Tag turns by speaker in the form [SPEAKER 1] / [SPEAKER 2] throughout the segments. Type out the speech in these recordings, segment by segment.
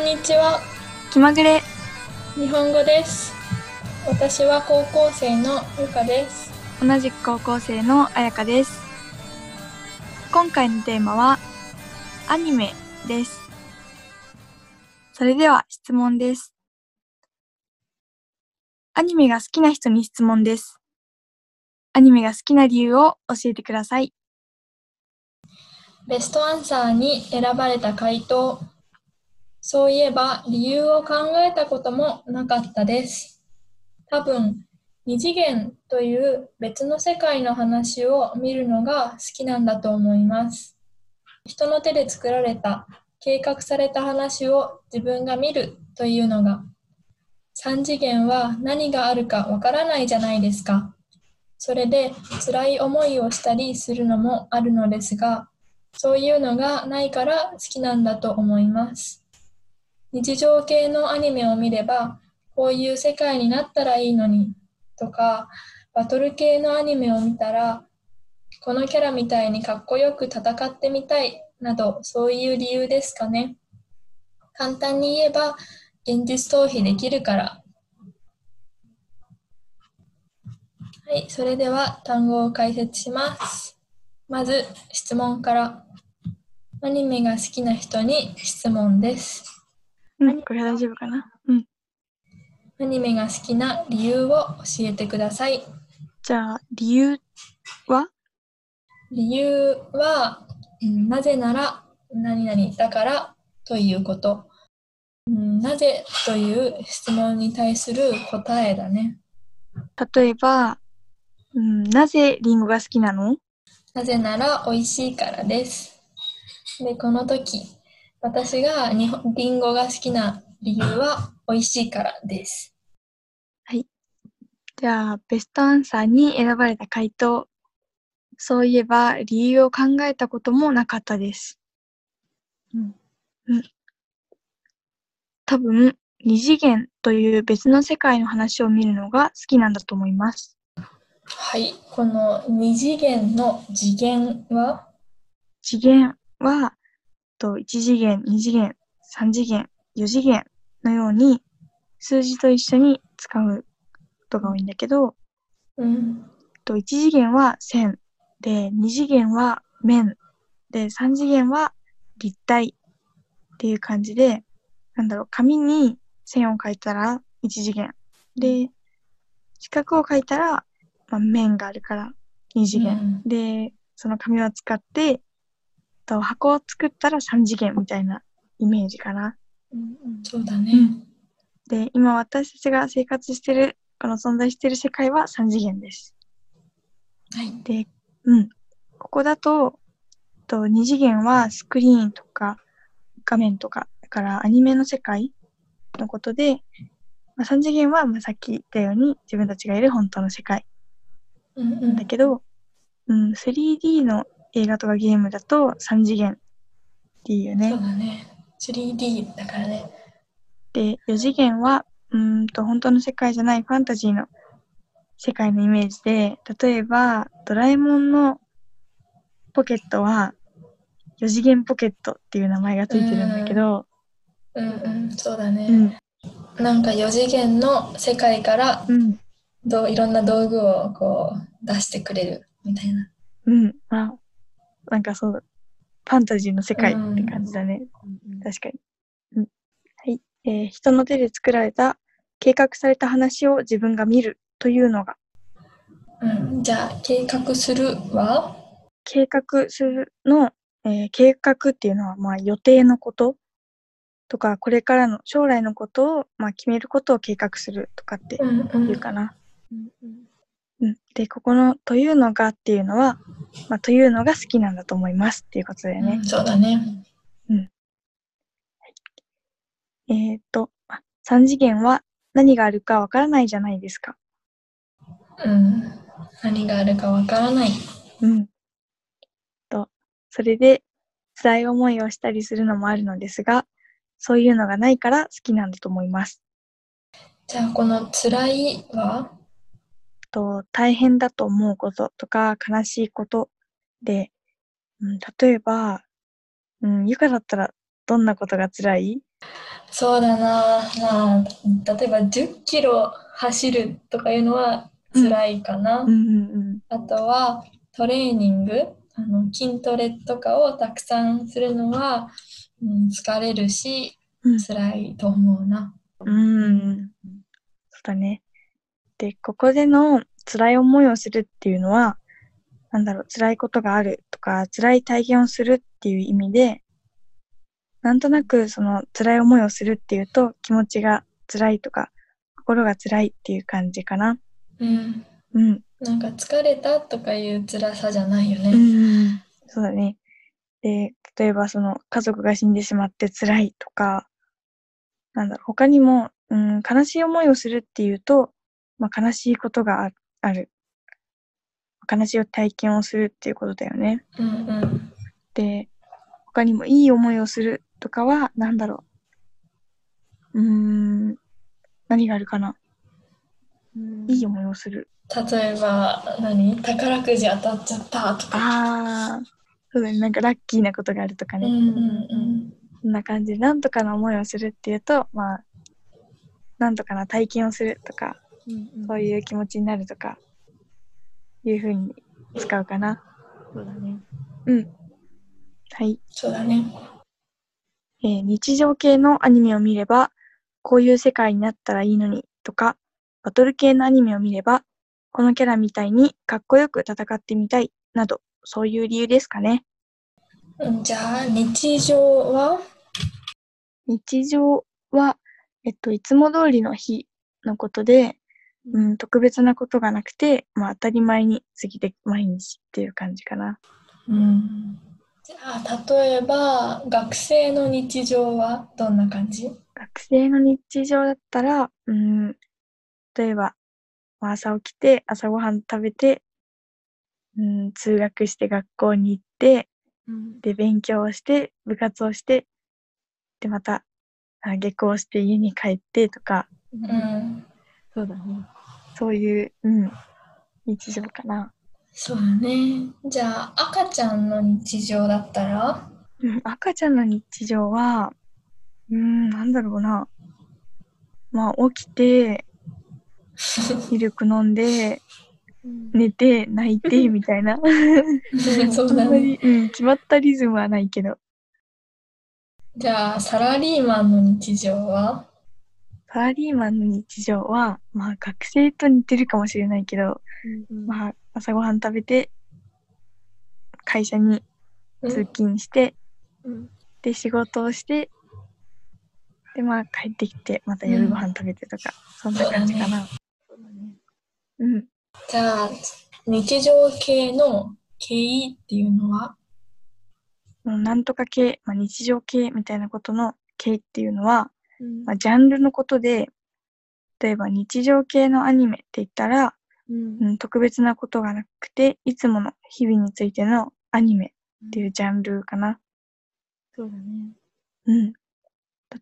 [SPEAKER 1] んにちは
[SPEAKER 2] 気まぐれ
[SPEAKER 1] 日本語です私は高校生のゆかです
[SPEAKER 2] 同じく高校生のあやかです今回のテーマはアニメですそれでは質問ですアニメが好きな人に質問ですアニメが好きな理由を教えてください
[SPEAKER 1] ベストアンサーに選ばれた回答そういえば理由を考えたこともなかったです多分二次元という別の世界の話を見るのが好きなんだと思います人の手で作られた計画された話を自分が見るというのが3次元は何があるかわからないじゃないですかそれで辛い思いをしたりするのもあるのですがそういうのがないから好きなんだと思います日常系のアニメを見ればこういう世界になったらいいのにとかバトル系のアニメを見たらこのキャラみたいにかっこよく戦ってみたいなどそういう理由ですかね簡単に言えば現実逃避できるからはいそれでは単語を解説しますまず質問からアニメが好きな人に質問です
[SPEAKER 2] うん、これ大丈夫かなうん。
[SPEAKER 1] アニメが好きな理由を教えてください
[SPEAKER 2] じゃあ、理由は
[SPEAKER 1] 理由は、うんなぜなら何々だからということ、うんなぜという質問に対する答えだね
[SPEAKER 2] 例えば、うん、なぜリンゴが好きなの
[SPEAKER 1] なぜなら美味しいからですでこの時私が日本リンゴが好きな理由は美味しいからです
[SPEAKER 2] じゃあ、ベストアンサーに選ばれた回答。そういえば、理由を考えたこともなかったです。うん。うん。多分、二次元という別の世界の話を見るのが好きなんだと思います。
[SPEAKER 1] はいこの二次元の次元は
[SPEAKER 2] 次元は、と1次元、2次元、3次元、4次元のように、数字と一緒に使うことが多いんだけど、
[SPEAKER 1] うん
[SPEAKER 2] と1次元は線で2次元は面で3次元は立体っていう感じでなんだろう紙に線を描いたら1次元で四角を描いたら、まあ、面があるから2次元、でその紙を使ってと箱を作ったら3次元みたいなイメージかな。
[SPEAKER 1] うんそうだね、
[SPEAKER 2] うんで今私たちが生活してるこの存在してる世界は3次元です。
[SPEAKER 1] はい
[SPEAKER 2] で、うん。ここだと、と二次元はスクリーンとか画面とか、だからアニメの世界のことで、まあ、三次元はまあさっき言ったように自分たちがいる本当の世界
[SPEAKER 1] うんう
[SPEAKER 2] なん
[SPEAKER 1] ん
[SPEAKER 2] だけど、うん、3D の映画とかゲームだと三次元ってい
[SPEAKER 1] そ
[SPEAKER 2] う
[SPEAKER 1] う
[SPEAKER 2] ね。
[SPEAKER 1] だね 3D だからね
[SPEAKER 2] で、四次元は、うーんと本当の世界じゃないファンタジーの世界のイメージで、例えばドラえもんのポケットは四次元ポケットっていう名前がついてるんだけど、
[SPEAKER 1] うんうんそうだ
[SPEAKER 2] う
[SPEAKER 1] ね、
[SPEAKER 2] ん、
[SPEAKER 1] なんか4次元の世界から
[SPEAKER 2] うん、
[SPEAKER 1] どういろんな道具をこう出してくれるみたいな
[SPEAKER 2] うん、あ、なんかそう、ファンタジーの世界って感じだね。確かに。うん。はい。えー人の手で作られた、計画された話を自分が見るというのが、
[SPEAKER 1] うん、じゃあ計画するは
[SPEAKER 2] 計画するの、えー計画っていうのは、まあ、予定のこととか、これからの将来のことを、まあ、決めることを計画するとかって
[SPEAKER 1] うんうん
[SPEAKER 2] いうかな。うん、で、ここの、というのがっていうのは、まあ、というのが好きなんだと思いますっていうことだよ
[SPEAKER 1] う
[SPEAKER 2] ね。
[SPEAKER 1] んそうだね
[SPEAKER 2] えっ、と、あ三次元は何があるかわからないじゃないですか。
[SPEAKER 1] うん何があるかわからない
[SPEAKER 2] うん。と、それで、辛い思いをしたりするのもあるのですが、そういうのがないから好きなんだと思います。
[SPEAKER 1] じゃあこの辛いは
[SPEAKER 2] と大変だと思うこととか悲しいことで、うん、例えば、うん、ゆかだったらどんなことが辛い
[SPEAKER 1] そうだな、まあ、例えば10キロ走るとかいうのは辛いかな。
[SPEAKER 2] うんうん
[SPEAKER 1] あとはトレーニングあの筋トレとかをたくさんするのは、うん、疲れるし
[SPEAKER 2] うん
[SPEAKER 1] 辛いと思うな。
[SPEAKER 2] うん。そうだね。で、ここでの辛い思いをするっていうのは、なんだろう、辛いことがあるとか、辛い体験をするっていう意味で、なんとなくその辛い思いをするっていうと、気持ちが辛いとか、心が辛いっていう感じかな。
[SPEAKER 1] うん、
[SPEAKER 2] うん。
[SPEAKER 1] なんか疲れたとかいう辛さじゃないよ
[SPEAKER 2] う
[SPEAKER 1] ね。
[SPEAKER 2] ん。そうだね。で、例えばその家族が死んでしまって辛いとか、なんだろう、他にも、うん、悲しい思いをするっていうと、まあ、悲しいことがあある。悲しい体験をするっていうことだよね。
[SPEAKER 1] うんうん
[SPEAKER 2] で、他にもいい思いをするとかは、なんだろう。うーん、何があるかな。いい思いをする。
[SPEAKER 1] 例えば何宝くじ当たっちゃったとか。
[SPEAKER 2] ああ、そうだね。なんかラッキーなことがあるとか
[SPEAKER 1] うん
[SPEAKER 2] ね。
[SPEAKER 1] うんうん
[SPEAKER 2] こんな感じで、なんとかの思いをするっていうと、まあ、なんとかな体験をするとか、そういう気持ちになるとか、いうふうに使うかな。
[SPEAKER 3] そうだね。
[SPEAKER 2] はい。
[SPEAKER 1] そうだね。
[SPEAKER 2] えー日常系のアニメを見れば、こういう世界になったらいいのにとか、バトル系のアニメを見れば、このキャラみたいにかっこよく戦ってみたいなど、そういう理由ですかね。
[SPEAKER 1] うんじゃあ日常は
[SPEAKER 2] 日常は、えっと、いつも通りの日のことで、うん、特別なことがなくて、まあ、当たり前に過ぎて毎日っていう感じかな。
[SPEAKER 1] うんじゃあ例えば学生の日常はどんな感じ
[SPEAKER 2] 学生の日常だったら、うん、例えば、まあ、朝起きて、朝ごはん食べて、うん、通学して学校に行って、で、勉強をして、部活をして、で、また、あ下校して家に帰ってとか、
[SPEAKER 1] うん
[SPEAKER 3] そうだね。
[SPEAKER 2] そういう、うん、日常かな。
[SPEAKER 1] そうだねじゃあ赤ちゃんの日常だったら
[SPEAKER 2] うん、赤ちゃんの日常は、うーん、なんだろうな。まあ、起 きて、ミルク飲んで、寝て、泣い て、みたいな。
[SPEAKER 1] そう
[SPEAKER 2] あ
[SPEAKER 1] だ
[SPEAKER 2] んま
[SPEAKER 1] ね
[SPEAKER 2] り、うん、決まったリズムはないけど。
[SPEAKER 1] じゃあサラリーマンの日常は
[SPEAKER 2] サラリーマンの日常は、まあ、学生と似てるかもしれないけど、まあ、朝ごはん食べて、会社に通勤して、で、仕事をして、で、まあ、帰ってきて、また夜ご飯食べてとか、そんな感じかな。うん。
[SPEAKER 1] じゃあ日常系の経緯っていうのは
[SPEAKER 2] もうなんとか系、まあ、日常系みたいなことの系っていうのは、まあ、ジャンルのことで、例えば日常系のアニメって言ったら、うん、特別なことがなくて、いつもの日々についてのアニメっていうジャンルかな。
[SPEAKER 3] そうだね。
[SPEAKER 2] うん。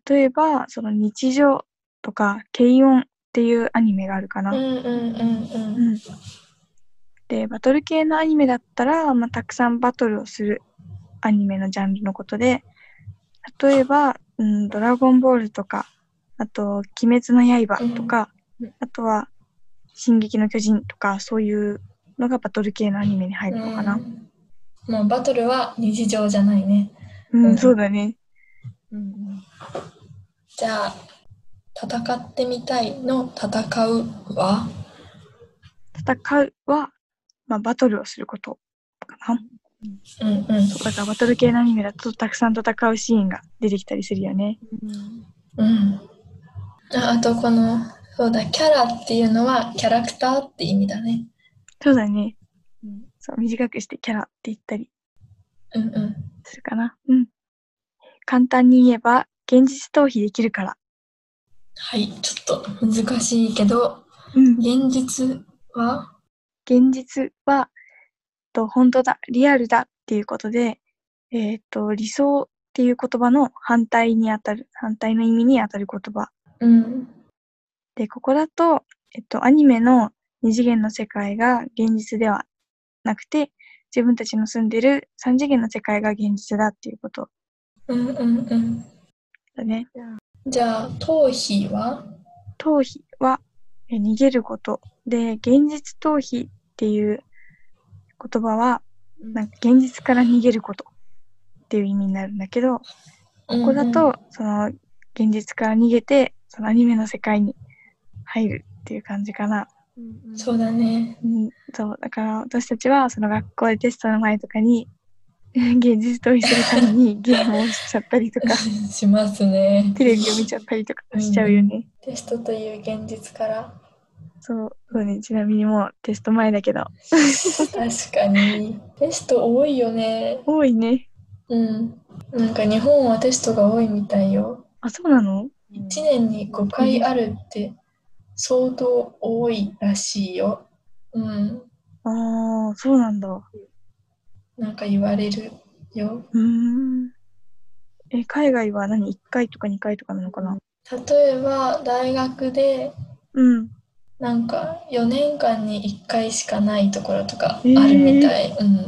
[SPEAKER 2] 例えば、その日常とか、軽音っていうアニメがあるかな。
[SPEAKER 1] うんうんうんうん
[SPEAKER 2] うんで、バトル系のアニメだったら、まあ、たくさんバトルをするアニメのジャンルのことで、例えば、うん、ドラゴンボールとか、あと、鬼滅の刃とか、
[SPEAKER 3] うん
[SPEAKER 2] あとは、進撃の巨人とか、そういうのがバトル系のアニメに入るのかな。
[SPEAKER 1] うんもうバトルは日常じゃないね
[SPEAKER 2] うん、
[SPEAKER 1] うん
[SPEAKER 2] そうだね。
[SPEAKER 1] じゃあ戦ってみたいの戦うは
[SPEAKER 2] 戦うは、まあ、バトルをすることかな。
[SPEAKER 1] うんうん
[SPEAKER 2] そうだから、バトル系のアニメだと、たくさん戦うシーンが出てきたりするよね。
[SPEAKER 1] うん、ああとこのそうだキャラっていうのはキャラクターって意味だね。
[SPEAKER 2] そうだね。
[SPEAKER 3] うん
[SPEAKER 2] そう、短くしてキャラって言ったり。
[SPEAKER 1] うんうん、
[SPEAKER 2] するかな。うん。簡単に言えば、現実逃避できるから。
[SPEAKER 1] はいちょっと難しいけど
[SPEAKER 2] うん。
[SPEAKER 1] 現実は
[SPEAKER 2] 現実は、と本当だ、リアルだっていうことで、えっ、と、理想っていう言葉の反対にあたる、反対の意味にあたる言葉。
[SPEAKER 1] うん
[SPEAKER 2] で、ここだと、えっと、アニメの二次元の世界が現実ではなくて、自分たちの住んでる三次元の世界が現実だっていうこと。
[SPEAKER 1] うんうんうん
[SPEAKER 2] だね。
[SPEAKER 1] じゃあ、逃避は
[SPEAKER 2] 逃避はえー逃げることで現実逃避っていう言葉はなんか現実から逃げることっていう意味になるんだけどこ
[SPEAKER 1] こ
[SPEAKER 2] こだとその現実から逃げてそのアニメの世界に入るっていう感じかな。
[SPEAKER 4] うん
[SPEAKER 1] そうだね。
[SPEAKER 2] うん、そうだから私たちはその学校でテストの前とかに 現実逃避するため にゲームをしちゃったりとか
[SPEAKER 1] しますね。
[SPEAKER 2] テレビを見ちゃったりとかしちゃうよね。
[SPEAKER 1] テストという現実から。
[SPEAKER 2] そうそうねちなみにもうテスト前だけど
[SPEAKER 1] 確か に。テスト多いよね。
[SPEAKER 2] 多いね
[SPEAKER 1] うん。なんか日本はテストが多いみたいよ。
[SPEAKER 2] あそうなの
[SPEAKER 4] うん
[SPEAKER 1] 1年に5回あるって相当多いらしいよ。うん。
[SPEAKER 2] ああそうなんだう
[SPEAKER 1] なんか言われるよ。
[SPEAKER 2] ーんえ海外は何1回とか2回とかなのかな
[SPEAKER 1] 例えば大学で
[SPEAKER 2] うん
[SPEAKER 1] なんか4年間に1回しかないところとかあるみたい。うん。う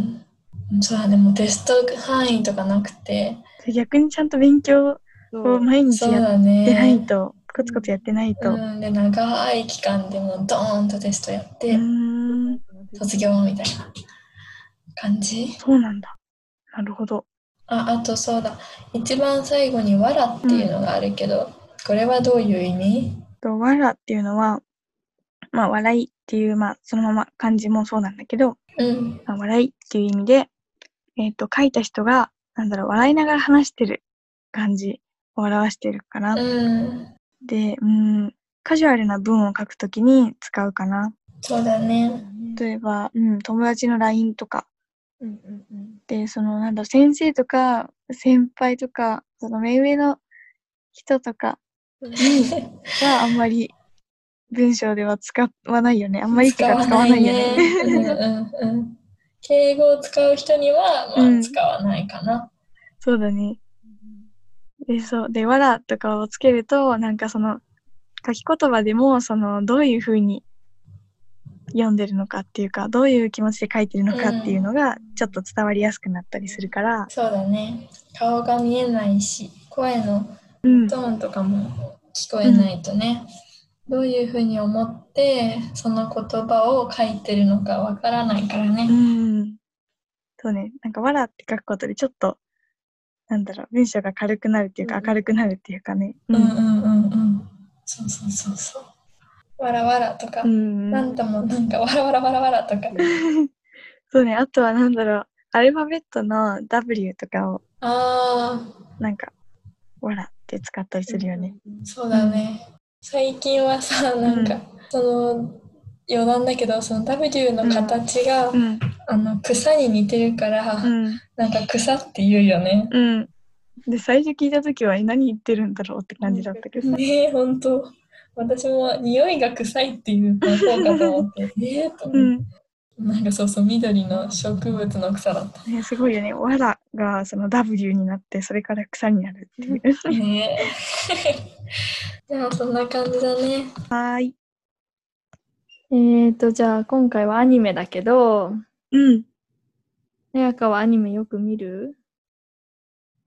[SPEAKER 1] んそうだね。もうテスト範囲とかなくて。
[SPEAKER 2] それ逆にちゃんと勉強
[SPEAKER 4] そ
[SPEAKER 2] を
[SPEAKER 4] う
[SPEAKER 2] 毎日
[SPEAKER 1] そう
[SPEAKER 2] やっ
[SPEAKER 1] だ
[SPEAKER 2] てない
[SPEAKER 1] ね。
[SPEAKER 2] と、コツコツやってないとう
[SPEAKER 1] うん。で、長い期間でもうドーンとテストやって
[SPEAKER 2] ー、ん
[SPEAKER 1] 卒業みたいな感じ。
[SPEAKER 2] そうなんだなるほど
[SPEAKER 1] ああとそうだ一番最後に「わら」っていうのがあるけど、これはどういう意味
[SPEAKER 2] と「わら」っていうのはまあ笑いっていうまあそのまま漢字もそうなんだけど
[SPEAKER 1] うん
[SPEAKER 2] まあ笑いっていう意味で、えっと書いた人がなんだろう笑いながら話してる感じを表してるかな。
[SPEAKER 1] うん
[SPEAKER 2] でうんカジュアルな文を書くときに使うかな。
[SPEAKER 1] そうだね
[SPEAKER 2] 例えば、うん、友達の LINE とか
[SPEAKER 4] うんうんうん
[SPEAKER 2] でそのなんだろう先生とか先輩とかその目上の人とかはあんまり文章では使わないよね。あんまりっていうか使わないよね。
[SPEAKER 1] 使わないねうんうんうん敬語を使う人には、ま
[SPEAKER 2] う
[SPEAKER 1] あ、
[SPEAKER 2] ん
[SPEAKER 1] 使わないかな、
[SPEAKER 2] そうだね。で、そう。で、わらとかをつけると、なんかその、書き言葉でも、その、どういうふうに読んでるのかっていうか、どういう気持ちで書いてるのかっていうのが、ちょっと伝わりやすくなったりするから、
[SPEAKER 1] そうだね顔が見えないし声の
[SPEAKER 2] うん。
[SPEAKER 1] トーンとかも聞こえないとね、どういうふうに思ってその言葉を書いてるのかわからないからね、
[SPEAKER 2] うん。そうね。なんか、わらって書くことで、ちょっと、なんだろう、文章が軽くなるっていうか、
[SPEAKER 4] うん
[SPEAKER 2] 明るくなるっていうかね。
[SPEAKER 1] うんうんうんうん。そうそうそうそう。わらわらとか、
[SPEAKER 2] うん。
[SPEAKER 1] なんともなんかわらわらわらわらとか。
[SPEAKER 2] そうね。あとは、なんだろう、アルファベットの W とかを、
[SPEAKER 1] ああ、
[SPEAKER 2] なんか、わらって使ったりするよね。
[SPEAKER 1] そうだね。最近はさ、なんか、
[SPEAKER 2] うん
[SPEAKER 1] その余談だけど、その W の形が、
[SPEAKER 2] うん。
[SPEAKER 1] あの草に似てるから、
[SPEAKER 2] うん。
[SPEAKER 1] なんか草って言うよね。
[SPEAKER 2] うん。で、最初聞いたときは、え何言ってるんだろうって感じだったけど。
[SPEAKER 1] ねえ、ほんと。私も匂いが臭いっていうかこうかと思 って、ええと
[SPEAKER 2] う
[SPEAKER 1] 思って、
[SPEAKER 2] ん。
[SPEAKER 1] なんかそうそう、緑の植物の草だった。
[SPEAKER 2] ね、すごいよね。わらがその W になって、それから草になるっていう。
[SPEAKER 1] ね え。じゃあそんな感じだね。
[SPEAKER 2] はーい。
[SPEAKER 4] えっとじゃあ今回はアニメだけど
[SPEAKER 2] うん。
[SPEAKER 4] さやかはアニメよく見る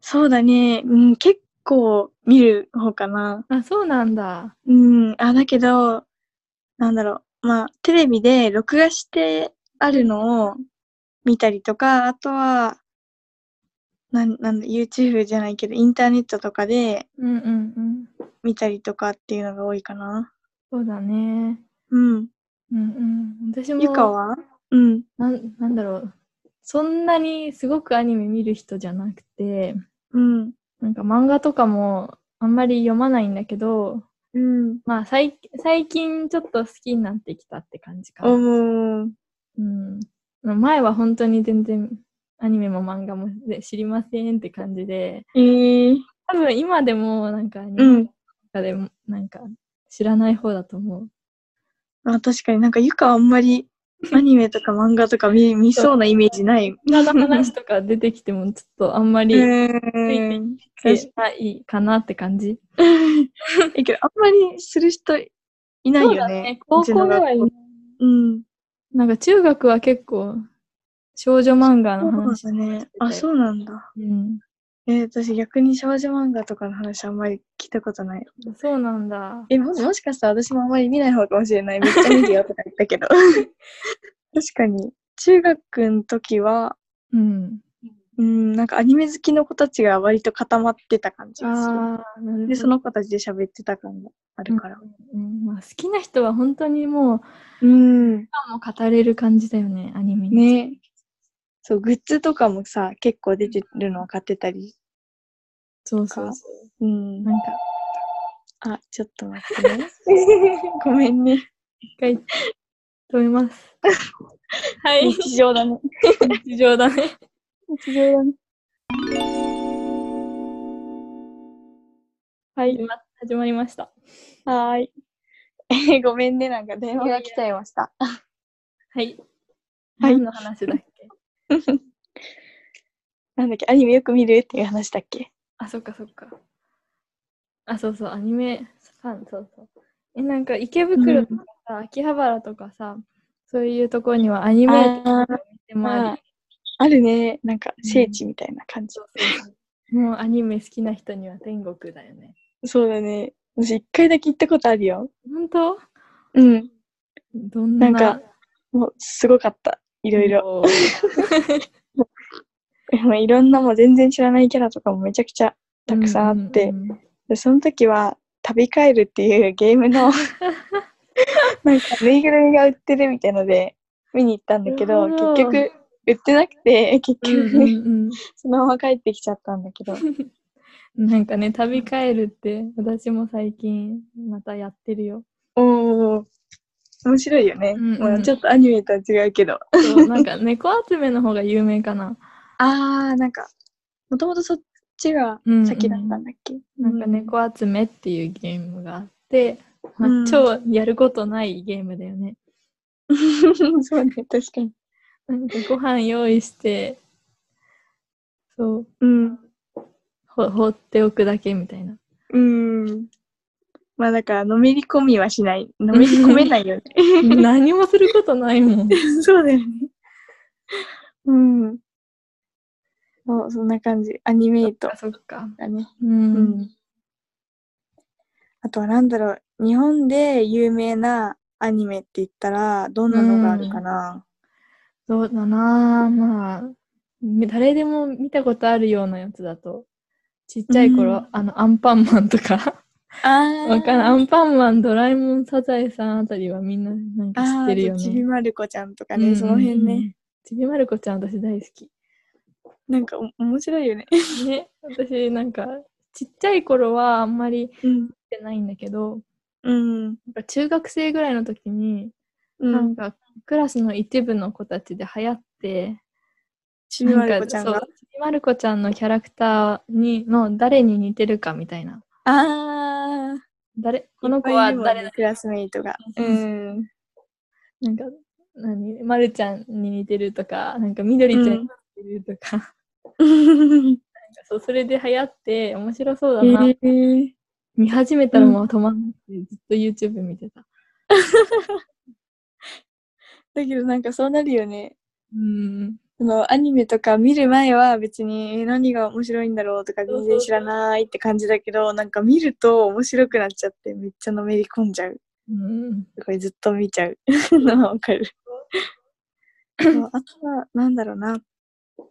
[SPEAKER 2] そうだね。うん、結構見る方かな。
[SPEAKER 4] あそうなんだ
[SPEAKER 2] うん。あ、だけど、なんだろう。まあ、テレビで録画してあるのを見たりとか、あとは、なんなんだ、YouTube じゃないけど、インターネットとかで
[SPEAKER 4] うんうんうん
[SPEAKER 2] 見たりとかっていうのが多いかな。
[SPEAKER 4] そうだね
[SPEAKER 2] うん。
[SPEAKER 4] うんうん私も
[SPEAKER 2] ゆかはうん。
[SPEAKER 4] なんなんだろうそんなにすごくアニメ見る人じゃなくて
[SPEAKER 2] うん。
[SPEAKER 4] なんか漫画とかもあんまり読まないんだけど
[SPEAKER 2] うん。
[SPEAKER 4] まあ最最近ちょっと好きになってきたって感じかな、
[SPEAKER 2] おー。
[SPEAKER 4] うん、前は本当に全然アニメも漫画もで知りませんって感じで
[SPEAKER 2] えー。
[SPEAKER 4] 多分今でもなんかアニメ
[SPEAKER 2] うん
[SPEAKER 4] とかでもなんか知らない方だと思 う、
[SPEAKER 2] あ、確かになんかゆかあん まりアニメとか漫画とか見見そうなイメージない。
[SPEAKER 4] 他の話とか出てきてもちょっとあんま
[SPEAKER 2] う
[SPEAKER 4] り
[SPEAKER 2] ーん。 確
[SPEAKER 4] ないかなって感じ
[SPEAKER 2] え、けどあんまりする人いない
[SPEAKER 4] そう
[SPEAKER 2] よ
[SPEAKER 4] だ
[SPEAKER 2] ね。
[SPEAKER 4] 高
[SPEAKER 2] うちの
[SPEAKER 4] 校で
[SPEAKER 2] 学
[SPEAKER 4] はい
[SPEAKER 2] うん。
[SPEAKER 4] なんか中学は結構少女漫画の話
[SPEAKER 2] そうだね
[SPEAKER 4] して。たよ
[SPEAKER 2] あ、そうなんだ。
[SPEAKER 4] うん、
[SPEAKER 2] えー私逆に少女漫画とかの話あんまり聞いたことない。
[SPEAKER 1] そうなんだ。
[SPEAKER 2] え、ももしかしたら私もあんまり見ない方かもしれない。めっちゃ見るよとか言った けど。確かに。中学の時は、
[SPEAKER 1] うん。
[SPEAKER 2] うん、なんかアニメ好きの子たちが割と固まってた感じがする。
[SPEAKER 1] ああ、なるほど。
[SPEAKER 2] で、その子たちで喋ってた感があるから。
[SPEAKER 1] うんまあ、好きな人は本当にもう、
[SPEAKER 2] うん。
[SPEAKER 1] 今も語れる感じだよね、アニメに。
[SPEAKER 2] ね。そう、グッズとかもさ、結構出てるのを買ってたり。
[SPEAKER 1] そうそうそ
[SPEAKER 2] うん
[SPEAKER 1] う。なんか、
[SPEAKER 2] あ、ちょっと待って ね。ごめんね。
[SPEAKER 1] 一回、止めます。 はい、
[SPEAKER 2] 日常だね。
[SPEAKER 1] 日常だね。
[SPEAKER 2] 日常だね。
[SPEAKER 1] はい、今始まりました。
[SPEAKER 2] はーい。えーごめんね、なんか電話が来ちゃいました。
[SPEAKER 1] はい。
[SPEAKER 2] はい
[SPEAKER 1] 何の話だっけ
[SPEAKER 2] なんだっけ、アニメよく見るっていう話だっけ。
[SPEAKER 1] あ、そっかそっか。あ、そうそう、アニメファン、そうそう。え、なんか池袋とかさ、秋葉原とかさ、そういうところにはアニメ
[SPEAKER 2] あー
[SPEAKER 1] でもあり、
[SPEAKER 2] あるね。なんか、聖地みたいな感じ。
[SPEAKER 1] もうアニメ好きな人には天国だよね。
[SPEAKER 2] そうだね。私、一回だけ行ったことあるよ。
[SPEAKER 1] 本当
[SPEAKER 2] うん。
[SPEAKER 1] どんな。
[SPEAKER 2] なんか、もう、すごかった。い
[SPEAKER 1] い
[SPEAKER 2] ろいろ。
[SPEAKER 1] ろ。
[SPEAKER 2] まあいろんなもう全然知らないキャラとかもめちゃくちゃたくさんあって、
[SPEAKER 1] うんうんうん
[SPEAKER 2] でその時は「旅帰る」っていう ゲーム のなんかぬいぐるみが売ってるみたいので見に行ったんだけど
[SPEAKER 1] なるほど
[SPEAKER 2] 結局売ってなくて結
[SPEAKER 1] うん
[SPEAKER 2] 局ね、
[SPEAKER 1] うん
[SPEAKER 2] そのまま帰ってきちゃったんだけど
[SPEAKER 1] うんなんかね、旅帰るって、私も最近またやってるよ。
[SPEAKER 2] おお面白いよね、
[SPEAKER 1] うんうん
[SPEAKER 2] まあちょっとアニメとは違うけど
[SPEAKER 1] そうなんか猫集めの方が有名かな。
[SPEAKER 2] あーなんかもともとそっちが先だったんだっけ、
[SPEAKER 1] なんか猫集めっていうゲームがあって、まあ
[SPEAKER 2] うん
[SPEAKER 1] 超やることないゲームだよね。
[SPEAKER 2] そうね確かに
[SPEAKER 1] なんかご飯用意して、そう、
[SPEAKER 2] うん
[SPEAKER 1] ほ放っておくだけみたい な。
[SPEAKER 2] うんまあだからのめり込みはしないのめり込めないよね
[SPEAKER 1] 何もすることないもん。
[SPEAKER 2] そうだよね。うん。そう、そんな感じ。アニメイ ト
[SPEAKER 1] あそっか。
[SPEAKER 2] だね。
[SPEAKER 1] うん。
[SPEAKER 2] うんあとはなんだろう。日本で有名なアニメって言ったら、どんなのがあるかな、
[SPEAKER 1] そうだなぁまあ、み誰でも見たことあるようなやつだと、ちっちゃい頃、
[SPEAKER 2] うん
[SPEAKER 1] あの、アンパンマンとか、
[SPEAKER 2] あ
[SPEAKER 1] わかんない。アンパンマン、ドラえもん、サザエさんあたりはみんななんか知
[SPEAKER 2] あ
[SPEAKER 1] っ
[SPEAKER 2] ー
[SPEAKER 1] てるよ
[SPEAKER 2] あとちび
[SPEAKER 1] ね。
[SPEAKER 2] まる子ちゃんとか
[SPEAKER 1] うんう
[SPEAKER 2] ね、
[SPEAKER 1] ん
[SPEAKER 2] その辺ね。。
[SPEAKER 1] ちびまる子ちゃん、私大好き。
[SPEAKER 2] なんかお面白いよね。
[SPEAKER 1] ね、私なんか、ちっちゃい頃はあんまり見
[SPEAKER 2] うん。
[SPEAKER 1] てないんだけど、
[SPEAKER 2] うん。
[SPEAKER 1] なんか中学生ぐらいの時に、
[SPEAKER 2] う
[SPEAKER 1] なん
[SPEAKER 2] ん。
[SPEAKER 1] かクラスの一部の子たちで流行って、
[SPEAKER 2] ちびまる子ちゃん
[SPEAKER 1] な
[SPEAKER 2] が
[SPEAKER 1] か。そうちびまる子ちゃんのキャラクターにの誰に似てるかみたいな。
[SPEAKER 2] ああ。
[SPEAKER 1] 誰この子はい
[SPEAKER 2] っぱいいるもんね
[SPEAKER 1] 誰だ
[SPEAKER 2] クラスメイトが。。
[SPEAKER 1] そううそうんなんか、何まるちゃんに似てるとか、なんかみどりちゃんに似てると か、そうそれで流行って面白 そうだ な。
[SPEAKER 2] えー
[SPEAKER 1] 見始めたらもう止まんなくて、ずっと YouTube 見てた。
[SPEAKER 2] だけどなんかそうなるよね。
[SPEAKER 1] うん。
[SPEAKER 2] そのアニメとか見る前は別にえー何が面白いんだろうとか
[SPEAKER 1] そうそう
[SPEAKER 2] 全然知らないって感じだけどなんか見ると面白くなっちゃってめっちゃのめり込んじゃう
[SPEAKER 1] うん。
[SPEAKER 2] これずっと見ちゃう のはわかるそうあとはなんだろうな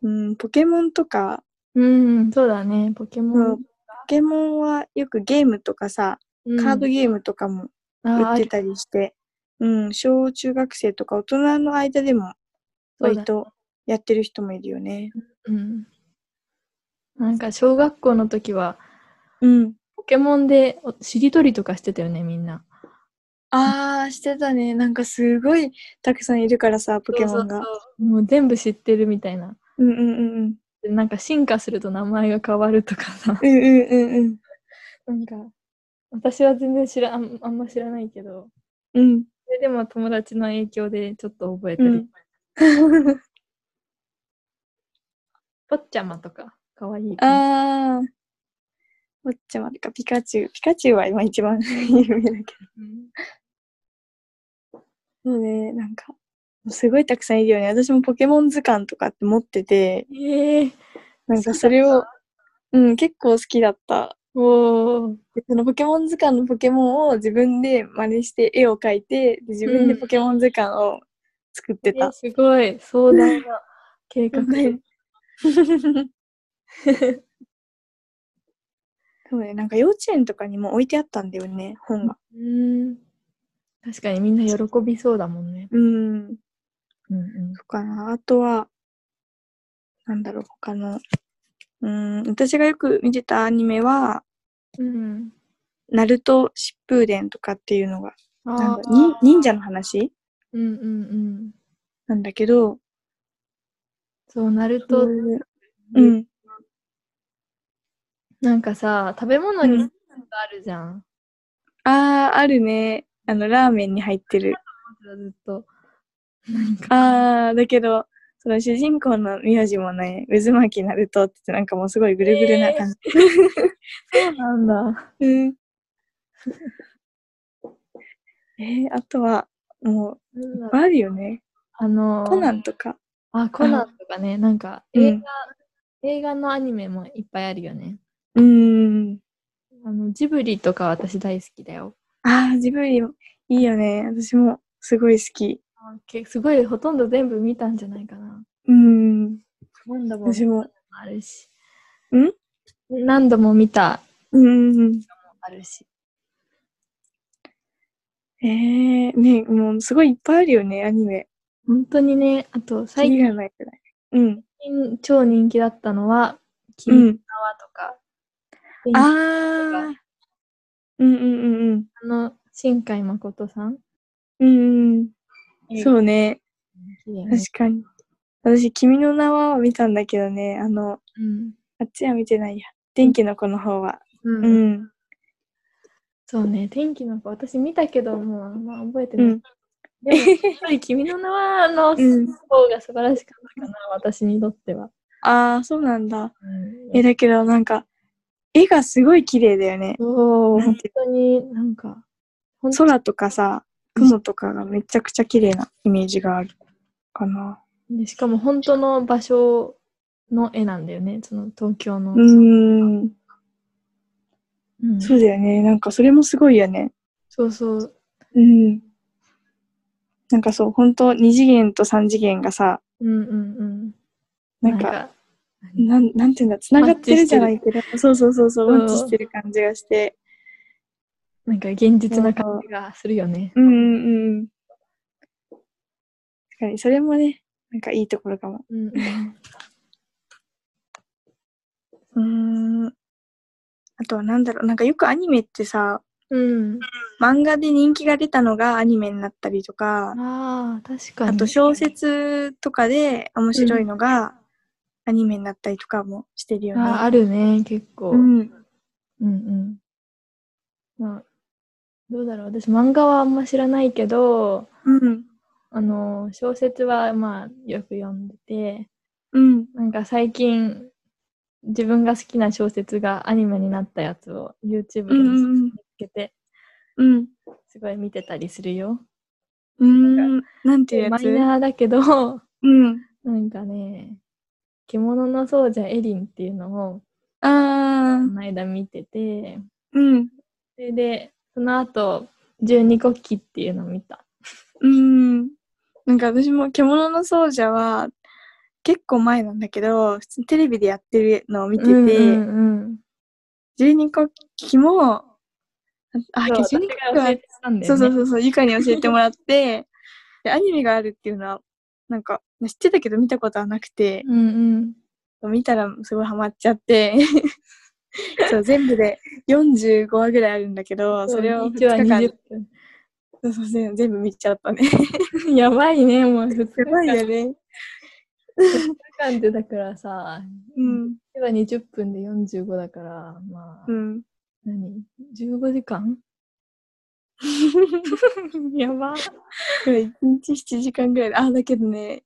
[SPEAKER 2] うんポケモンとか
[SPEAKER 1] うん、そうだね。ポケモン。
[SPEAKER 2] ポケモンはよくゲームとかさ
[SPEAKER 1] うん
[SPEAKER 2] カードゲームとかも
[SPEAKER 1] あ
[SPEAKER 2] 売
[SPEAKER 1] ー
[SPEAKER 2] ってたりして、うん、小中学生とか大人の間でも
[SPEAKER 1] そう
[SPEAKER 2] 割
[SPEAKER 1] だ
[SPEAKER 2] とやってる人もいるよね
[SPEAKER 1] うん。なんか小学校の時は、
[SPEAKER 2] うん
[SPEAKER 1] ポケモンでおしりとりとかしてたよね、みんな。
[SPEAKER 2] あー、してたね。なんかすごいたくさんいるからさ、ポケモン
[SPEAKER 1] そう
[SPEAKER 2] が。
[SPEAKER 1] うそうそうもう全部知ってるみたいな。
[SPEAKER 2] んうんうんうん。
[SPEAKER 1] でなんか進化すると名前が変わるとかさ。
[SPEAKER 2] うんうんうんうん。
[SPEAKER 1] なんか、私は全然知らあん、あんま知らないけど、
[SPEAKER 2] うん。
[SPEAKER 1] それでも友達の影響でちょっと覚えたり。
[SPEAKER 2] うん
[SPEAKER 1] ポッチャマとか、かわいい。
[SPEAKER 2] あー。おっちゃまとか、ピカチュウ。ピカチュウは今一番有名だけど。
[SPEAKER 1] うん
[SPEAKER 2] そうね、なんか、すごいたくさんいるよね。私もポケモン図鑑とかって持ってて、
[SPEAKER 1] ええ
[SPEAKER 2] なんかそれを、うん、結構好きだった。
[SPEAKER 1] おー。
[SPEAKER 2] でそのポケモン図鑑のポケモンを自分で真似して絵を描いて、で自分でポケモン図鑑を作って
[SPEAKER 1] え
[SPEAKER 2] た。
[SPEAKER 1] すごい。壮大な計画。
[SPEAKER 2] ね そうね、なんか幼稚園とかにも置いてあったんだよね、本が。
[SPEAKER 1] うん。確かにみんな喜びそうだもんね。
[SPEAKER 2] うん。
[SPEAKER 1] うんうん
[SPEAKER 2] そうかな。あとは、なんだろう、他の。うん、私がよく見てたアニメは、
[SPEAKER 1] うん。
[SPEAKER 2] ナルト疾風伝とかっていうのが、なん
[SPEAKER 1] あ
[SPEAKER 2] だ
[SPEAKER 1] ー
[SPEAKER 2] に忍者の話
[SPEAKER 1] うんうんうん。
[SPEAKER 2] なんだけど、
[SPEAKER 1] そう、ナルト、
[SPEAKER 2] うんうん、
[SPEAKER 1] なんかさ、食べ物に
[SPEAKER 2] う
[SPEAKER 1] なんんかあるじゃん。
[SPEAKER 2] ああ、あるね。あの、ラーメンに入ってる。
[SPEAKER 1] ずっと。なんか、
[SPEAKER 2] ああ、だけど、その主人公の名字もね、渦巻きナルトって言ってなんかもうすごいぐるぐるな感じ。
[SPEAKER 1] そうなんだ。
[SPEAKER 2] うん。えー、あとは、もう、いっぱいあるよね。
[SPEAKER 1] あのー、
[SPEAKER 2] コナンとか。
[SPEAKER 1] あ、コナンとかね、なんか
[SPEAKER 2] うん
[SPEAKER 1] 映画、映画のアニメもいっぱいあるよね。
[SPEAKER 2] うん。
[SPEAKER 1] あの、ジブリとか私大好きだよ。
[SPEAKER 2] ああ、ジブリ、いいよね。私も、すごい好き。
[SPEAKER 1] けすごい、ほとんど全部見たんじゃないかな。
[SPEAKER 2] うん。
[SPEAKER 1] 何度も
[SPEAKER 2] 私も。
[SPEAKER 1] あるし。
[SPEAKER 2] ん
[SPEAKER 1] 何度も見た
[SPEAKER 2] うん。
[SPEAKER 1] あるし。
[SPEAKER 2] ええー、ね、もう、すごいいっぱいあるよね、アニメ。
[SPEAKER 1] 本当にね、あと最
[SPEAKER 2] 次がないくらい。うん。
[SPEAKER 1] 近超人気だったのは、
[SPEAKER 2] う
[SPEAKER 1] 君の
[SPEAKER 2] ん。
[SPEAKER 1] 名はとか、あ
[SPEAKER 2] ああ。うんうんうんうん。
[SPEAKER 1] の、新海誠さん。。
[SPEAKER 2] うんうん。そううね。確
[SPEAKER 1] 確
[SPEAKER 2] かに。私、君の名は見たんだけどね、あの、
[SPEAKER 1] うん。
[SPEAKER 2] あっちは見てないや。天気の子の方は。
[SPEAKER 1] う。
[SPEAKER 2] うんん。
[SPEAKER 1] そうね、天気の子、私見たけど、もうあんま覚えて
[SPEAKER 2] う
[SPEAKER 1] ない。
[SPEAKER 2] ん。
[SPEAKER 1] でも、やっぱり君の名はの
[SPEAKER 2] うん
[SPEAKER 1] 方が素晴らしかったかな、私にとっては。
[SPEAKER 2] ああ、そうなんだ。
[SPEAKER 1] うん
[SPEAKER 2] え、だけど、なんか、絵がすごい綺麗だよね。
[SPEAKER 1] そう、
[SPEAKER 2] なん
[SPEAKER 1] 本
[SPEAKER 2] て
[SPEAKER 1] 当になんか、本当
[SPEAKER 2] 空とかさ、雲とかがめちゃくちゃ綺麗なイメージがあるかな。
[SPEAKER 1] に、しかも本当の場所の絵なんだよね、その東京の。
[SPEAKER 2] うーん。
[SPEAKER 1] うん
[SPEAKER 2] そうだよね。なんかそれもすごいよね。
[SPEAKER 1] そうそう。
[SPEAKER 2] うん。なんかそう、本当二次元と三次元がさ、
[SPEAKER 1] うんうんうん。
[SPEAKER 2] なんか、なんなんていうんだ、繋がってるじゃないけど、そうそうそうそう、
[SPEAKER 1] うん
[SPEAKER 2] マッチしてる感じがして。
[SPEAKER 1] なんか現実な感じがするよね。
[SPEAKER 2] うんうんうん。確かに、それもね、なんかいいところかも。
[SPEAKER 1] うんうん
[SPEAKER 2] うーん。あとはなんだろう、なんかよくアニメってさ、
[SPEAKER 1] うん。
[SPEAKER 2] 漫画で人気が出たのがアニメになったりとか、
[SPEAKER 1] ああ、確かに。
[SPEAKER 2] あと小説とかで面白いのがアニメになったりとかもしてるよね。
[SPEAKER 1] あーあるね、結構。
[SPEAKER 2] う
[SPEAKER 1] うん
[SPEAKER 2] ん。
[SPEAKER 1] うん。まあ、どうだろう。私、漫画はあんま知らないけど、
[SPEAKER 2] うん。
[SPEAKER 1] あの、小説はまあ、よく読んでて、
[SPEAKER 2] うん。
[SPEAKER 1] なんか最近、自分が好きな小説がアニメになったやつを YouTube で
[SPEAKER 2] うんう
[SPEAKER 1] 見
[SPEAKER 2] ん
[SPEAKER 1] つけて、
[SPEAKER 2] うん。
[SPEAKER 1] すごい見てたりするよ。
[SPEAKER 2] うん。なんていうや
[SPEAKER 1] マ
[SPEAKER 2] つ
[SPEAKER 1] イナーだけど、
[SPEAKER 2] うん。
[SPEAKER 1] なんかね、獣の奏者エリンっていうのを、こ
[SPEAKER 2] あー。
[SPEAKER 1] の間見てて、
[SPEAKER 2] うん。
[SPEAKER 1] それで、その後、十二国旗っていうのを見た。
[SPEAKER 2] うん。なんか私も獣の奏者は結構前なんだけど、普通にテレビでやってるのを見てて、
[SPEAKER 1] うんうん
[SPEAKER 2] 十二国旗も、あ、
[SPEAKER 1] うん、
[SPEAKER 2] けど
[SPEAKER 1] そ
[SPEAKER 2] 十
[SPEAKER 1] う私
[SPEAKER 2] 二国
[SPEAKER 1] が
[SPEAKER 2] 旗は
[SPEAKER 1] 教えてたんだよね。
[SPEAKER 2] そうそうそうそう、ゆかに教えてもらって、 で、アニメがあるっていうのは、なんか、知ってたけど見たことはなくて、
[SPEAKER 1] うんうん。
[SPEAKER 2] 見たらすごいハマっちゃ って、そう、全部で45話ぐらいあるんだけど、それを
[SPEAKER 1] 一話
[SPEAKER 2] 2日間
[SPEAKER 1] 20、分。
[SPEAKER 2] そうそう全全部見ちゃったね。
[SPEAKER 1] やばいね、もう2日
[SPEAKER 2] やばい
[SPEAKER 1] 間。
[SPEAKER 2] よね。
[SPEAKER 1] 間でだからさ、
[SPEAKER 2] うん、
[SPEAKER 1] 1話20分で45だから、まあ、
[SPEAKER 2] うん。
[SPEAKER 1] 何 ?15 時間 やば。
[SPEAKER 2] 1日7時間ぐらいで、あ、だけどね、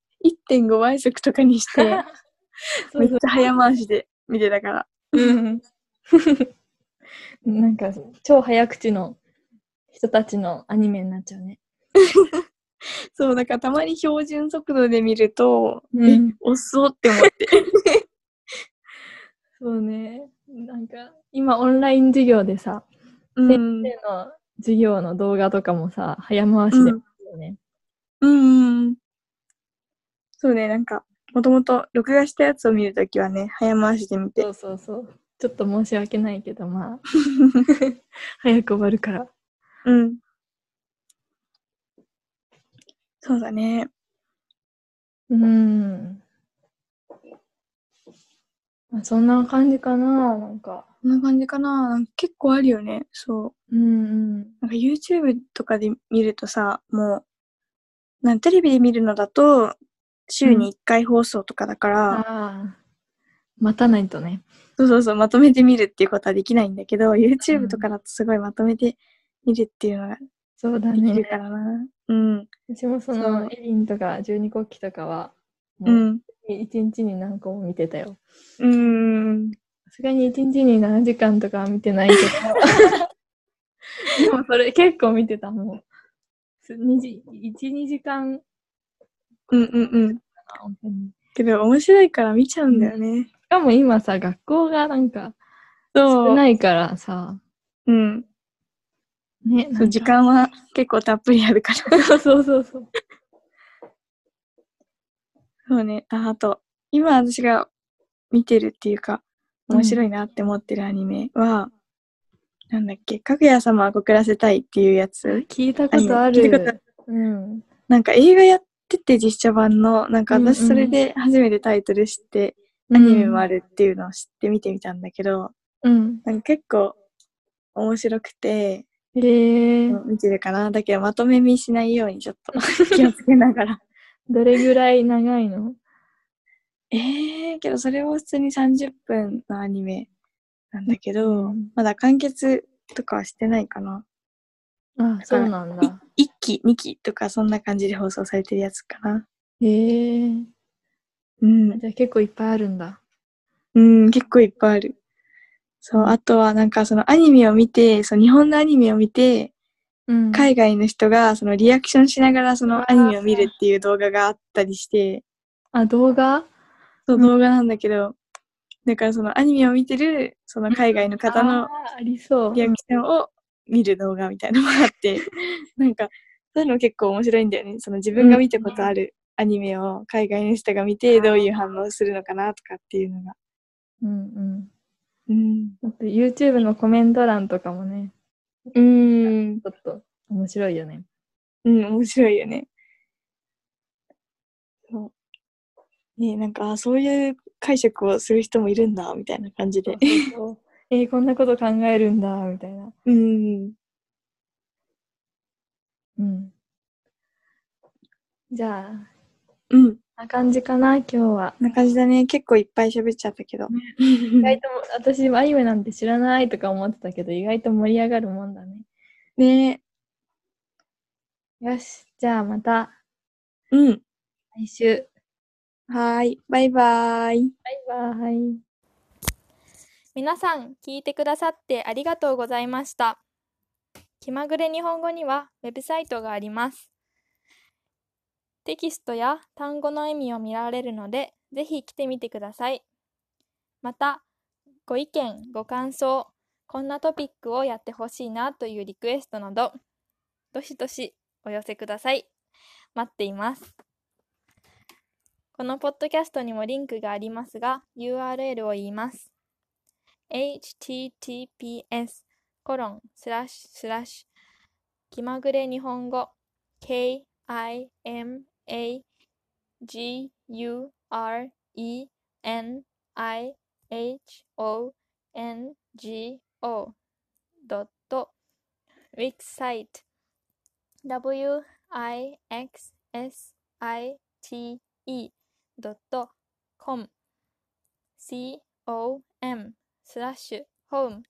[SPEAKER 2] 1.5倍速とかに して、
[SPEAKER 1] そ
[SPEAKER 2] め
[SPEAKER 1] う
[SPEAKER 2] っ
[SPEAKER 1] そ
[SPEAKER 2] ち
[SPEAKER 1] う
[SPEAKER 2] ゃ早回しで見てたから。
[SPEAKER 1] うんうん なんか、超早口の人たちのアニメになっちゃうね。
[SPEAKER 2] そう、だからたまに標準速度で見ると、
[SPEAKER 1] うん
[SPEAKER 2] え遅っって思って。
[SPEAKER 1] そうね。なんか、今オンライン授業でさ、
[SPEAKER 2] うんうん
[SPEAKER 1] 先生の授業の動画とかもさ、早回しで、ね
[SPEAKER 2] うんうん。そうね、なんか、もともと録画したやつを見るときはね、早回しで見て
[SPEAKER 1] そ。うそうそう。ちょっと申し訳ないけど、ま あ、早く終わるから。
[SPEAKER 2] うん。そうだね。
[SPEAKER 1] うん。まあ、そんな感じかな、なんか。
[SPEAKER 2] こんな感じかな。なんか結構あるよね。そう。
[SPEAKER 1] うんうん。
[SPEAKER 2] なんか YouTube とかで見るとさ、もう、なんテレビで見るのだと、週に1回放送とかだから、
[SPEAKER 1] ああ。待たないとね。
[SPEAKER 2] そうそうそう、まとめて見るっていうことはできないんだけど、YouTube とかだとすごいまとめて見るっていうのが
[SPEAKER 1] そうだ
[SPEAKER 2] でき
[SPEAKER 1] ね
[SPEAKER 2] る。からな。うん。
[SPEAKER 1] 私もそ
[SPEAKER 2] そう
[SPEAKER 1] の、エリンとか十二国旗とかは、
[SPEAKER 2] う。
[SPEAKER 1] もうん一日に何個も見てたよ。
[SPEAKER 2] うん。
[SPEAKER 1] さすがに一日に7時間とかは見て ないけど。でもそれ結構見てた、もう。す二時、1、2時間
[SPEAKER 2] うんうんうん。
[SPEAKER 1] かな。
[SPEAKER 2] けど面白いから見ちゃうんだよね。
[SPEAKER 1] しかも今さ、学校がなんか少
[SPEAKER 2] そう。
[SPEAKER 1] ないからさ、
[SPEAKER 2] うん。
[SPEAKER 1] ね、なん
[SPEAKER 2] そう
[SPEAKER 1] か
[SPEAKER 2] 時間は結構たっぷりあるから。
[SPEAKER 1] そうそうそうそう。
[SPEAKER 2] そうね。ああと、今私が見てるっていうか、
[SPEAKER 1] うん
[SPEAKER 2] 面白いなって思ってるアニメは、なんだっけ、かぐや様は告らせたいっていうやつ。
[SPEAKER 1] 聞いたことあ
[SPEAKER 2] アニメ聞いたことあ
[SPEAKER 1] る。うん。
[SPEAKER 2] なんか映画やってて実写版の、なんか私それで初めてタイトル知って、アニメもあるっていうのを知って見てみたんだけど、
[SPEAKER 1] うん。
[SPEAKER 2] なんか結構面白くて、
[SPEAKER 1] えー、
[SPEAKER 2] 見てるかな。だけどまとめ見しないようにちょっ と気をつけながら。
[SPEAKER 1] どれぐらい長いの
[SPEAKER 2] ええー、けどそれは普通に30分のアニメなんだけ
[SPEAKER 1] う
[SPEAKER 2] ど、
[SPEAKER 1] ん
[SPEAKER 2] まだ完結とかはしてないかな。
[SPEAKER 1] あ、そうなんだ。
[SPEAKER 2] 1期、2期とかそんな感じで放送されてるやつかな。
[SPEAKER 1] えー、
[SPEAKER 2] うん。
[SPEAKER 1] じゃあ結構いっぱいあるんだ。
[SPEAKER 2] うん、結構いっぱいある。そう、あとはなんかそのアニメを見て、その日本のアニメを見て、
[SPEAKER 1] うん。
[SPEAKER 2] 海外の人がそのリアクションしながらそのアニメを見るっていう動画があったりして、
[SPEAKER 1] あ、動画
[SPEAKER 2] そう動画なんだけど、だからそのアニメを見てるその海外の方の
[SPEAKER 1] あーありそう。
[SPEAKER 2] リアクションを見る動画みたいなのもあ って、なんか、そういうの結構面白いんだよね。その自分が見たことあるアニメを海外の人が見て、どういう反応をするのかなとかっていうのが。
[SPEAKER 1] うんうん。
[SPEAKER 2] うん。
[SPEAKER 1] あと YouTube のコメント欄とかもね、
[SPEAKER 2] うん。
[SPEAKER 1] ちょっと面白いよね。
[SPEAKER 2] うん、面白いよね。そう。ねなんか、あそういう解釈をする人もいるんだ、みたいな感じで。
[SPEAKER 1] そうそうそう えー、こんなこと考えるんだ、みたいな。
[SPEAKER 2] うん。
[SPEAKER 1] うん。じゃあ、こん
[SPEAKER 2] うん。
[SPEAKER 1] な感じかな、今日は。
[SPEAKER 2] こんな感じだね。結構いっぱい喋っちゃったけど。
[SPEAKER 1] 意 外とも、私、アニメなんて知らないとか思ってたけど、意外と盛り上がるもんだね。
[SPEAKER 2] ね
[SPEAKER 1] よし、じゃあまた
[SPEAKER 2] うん。
[SPEAKER 1] 来週。
[SPEAKER 2] はーい。バイバーイ。
[SPEAKER 1] バイバイ。
[SPEAKER 5] 皆さん聞いてくださってありがとうございました。気まぐれ日本語にはウェブサイトがあります。テキストや単語の意味を見られるので、ぜひ来てみてください。また、ご意見、ご感想、こんなトピックをやってほしいなというリクエストなど、どしどしお寄せください。待っています。このポッドキャストにもリンクがありますが、URL を言います。https コロンスラッシュスラッシュ気まぐれ日本語 kimagureniho.wixsite wixsite.com com スラッシュホーム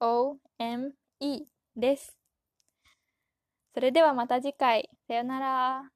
[SPEAKER 5] HOME です。それではまた次回。さよなら。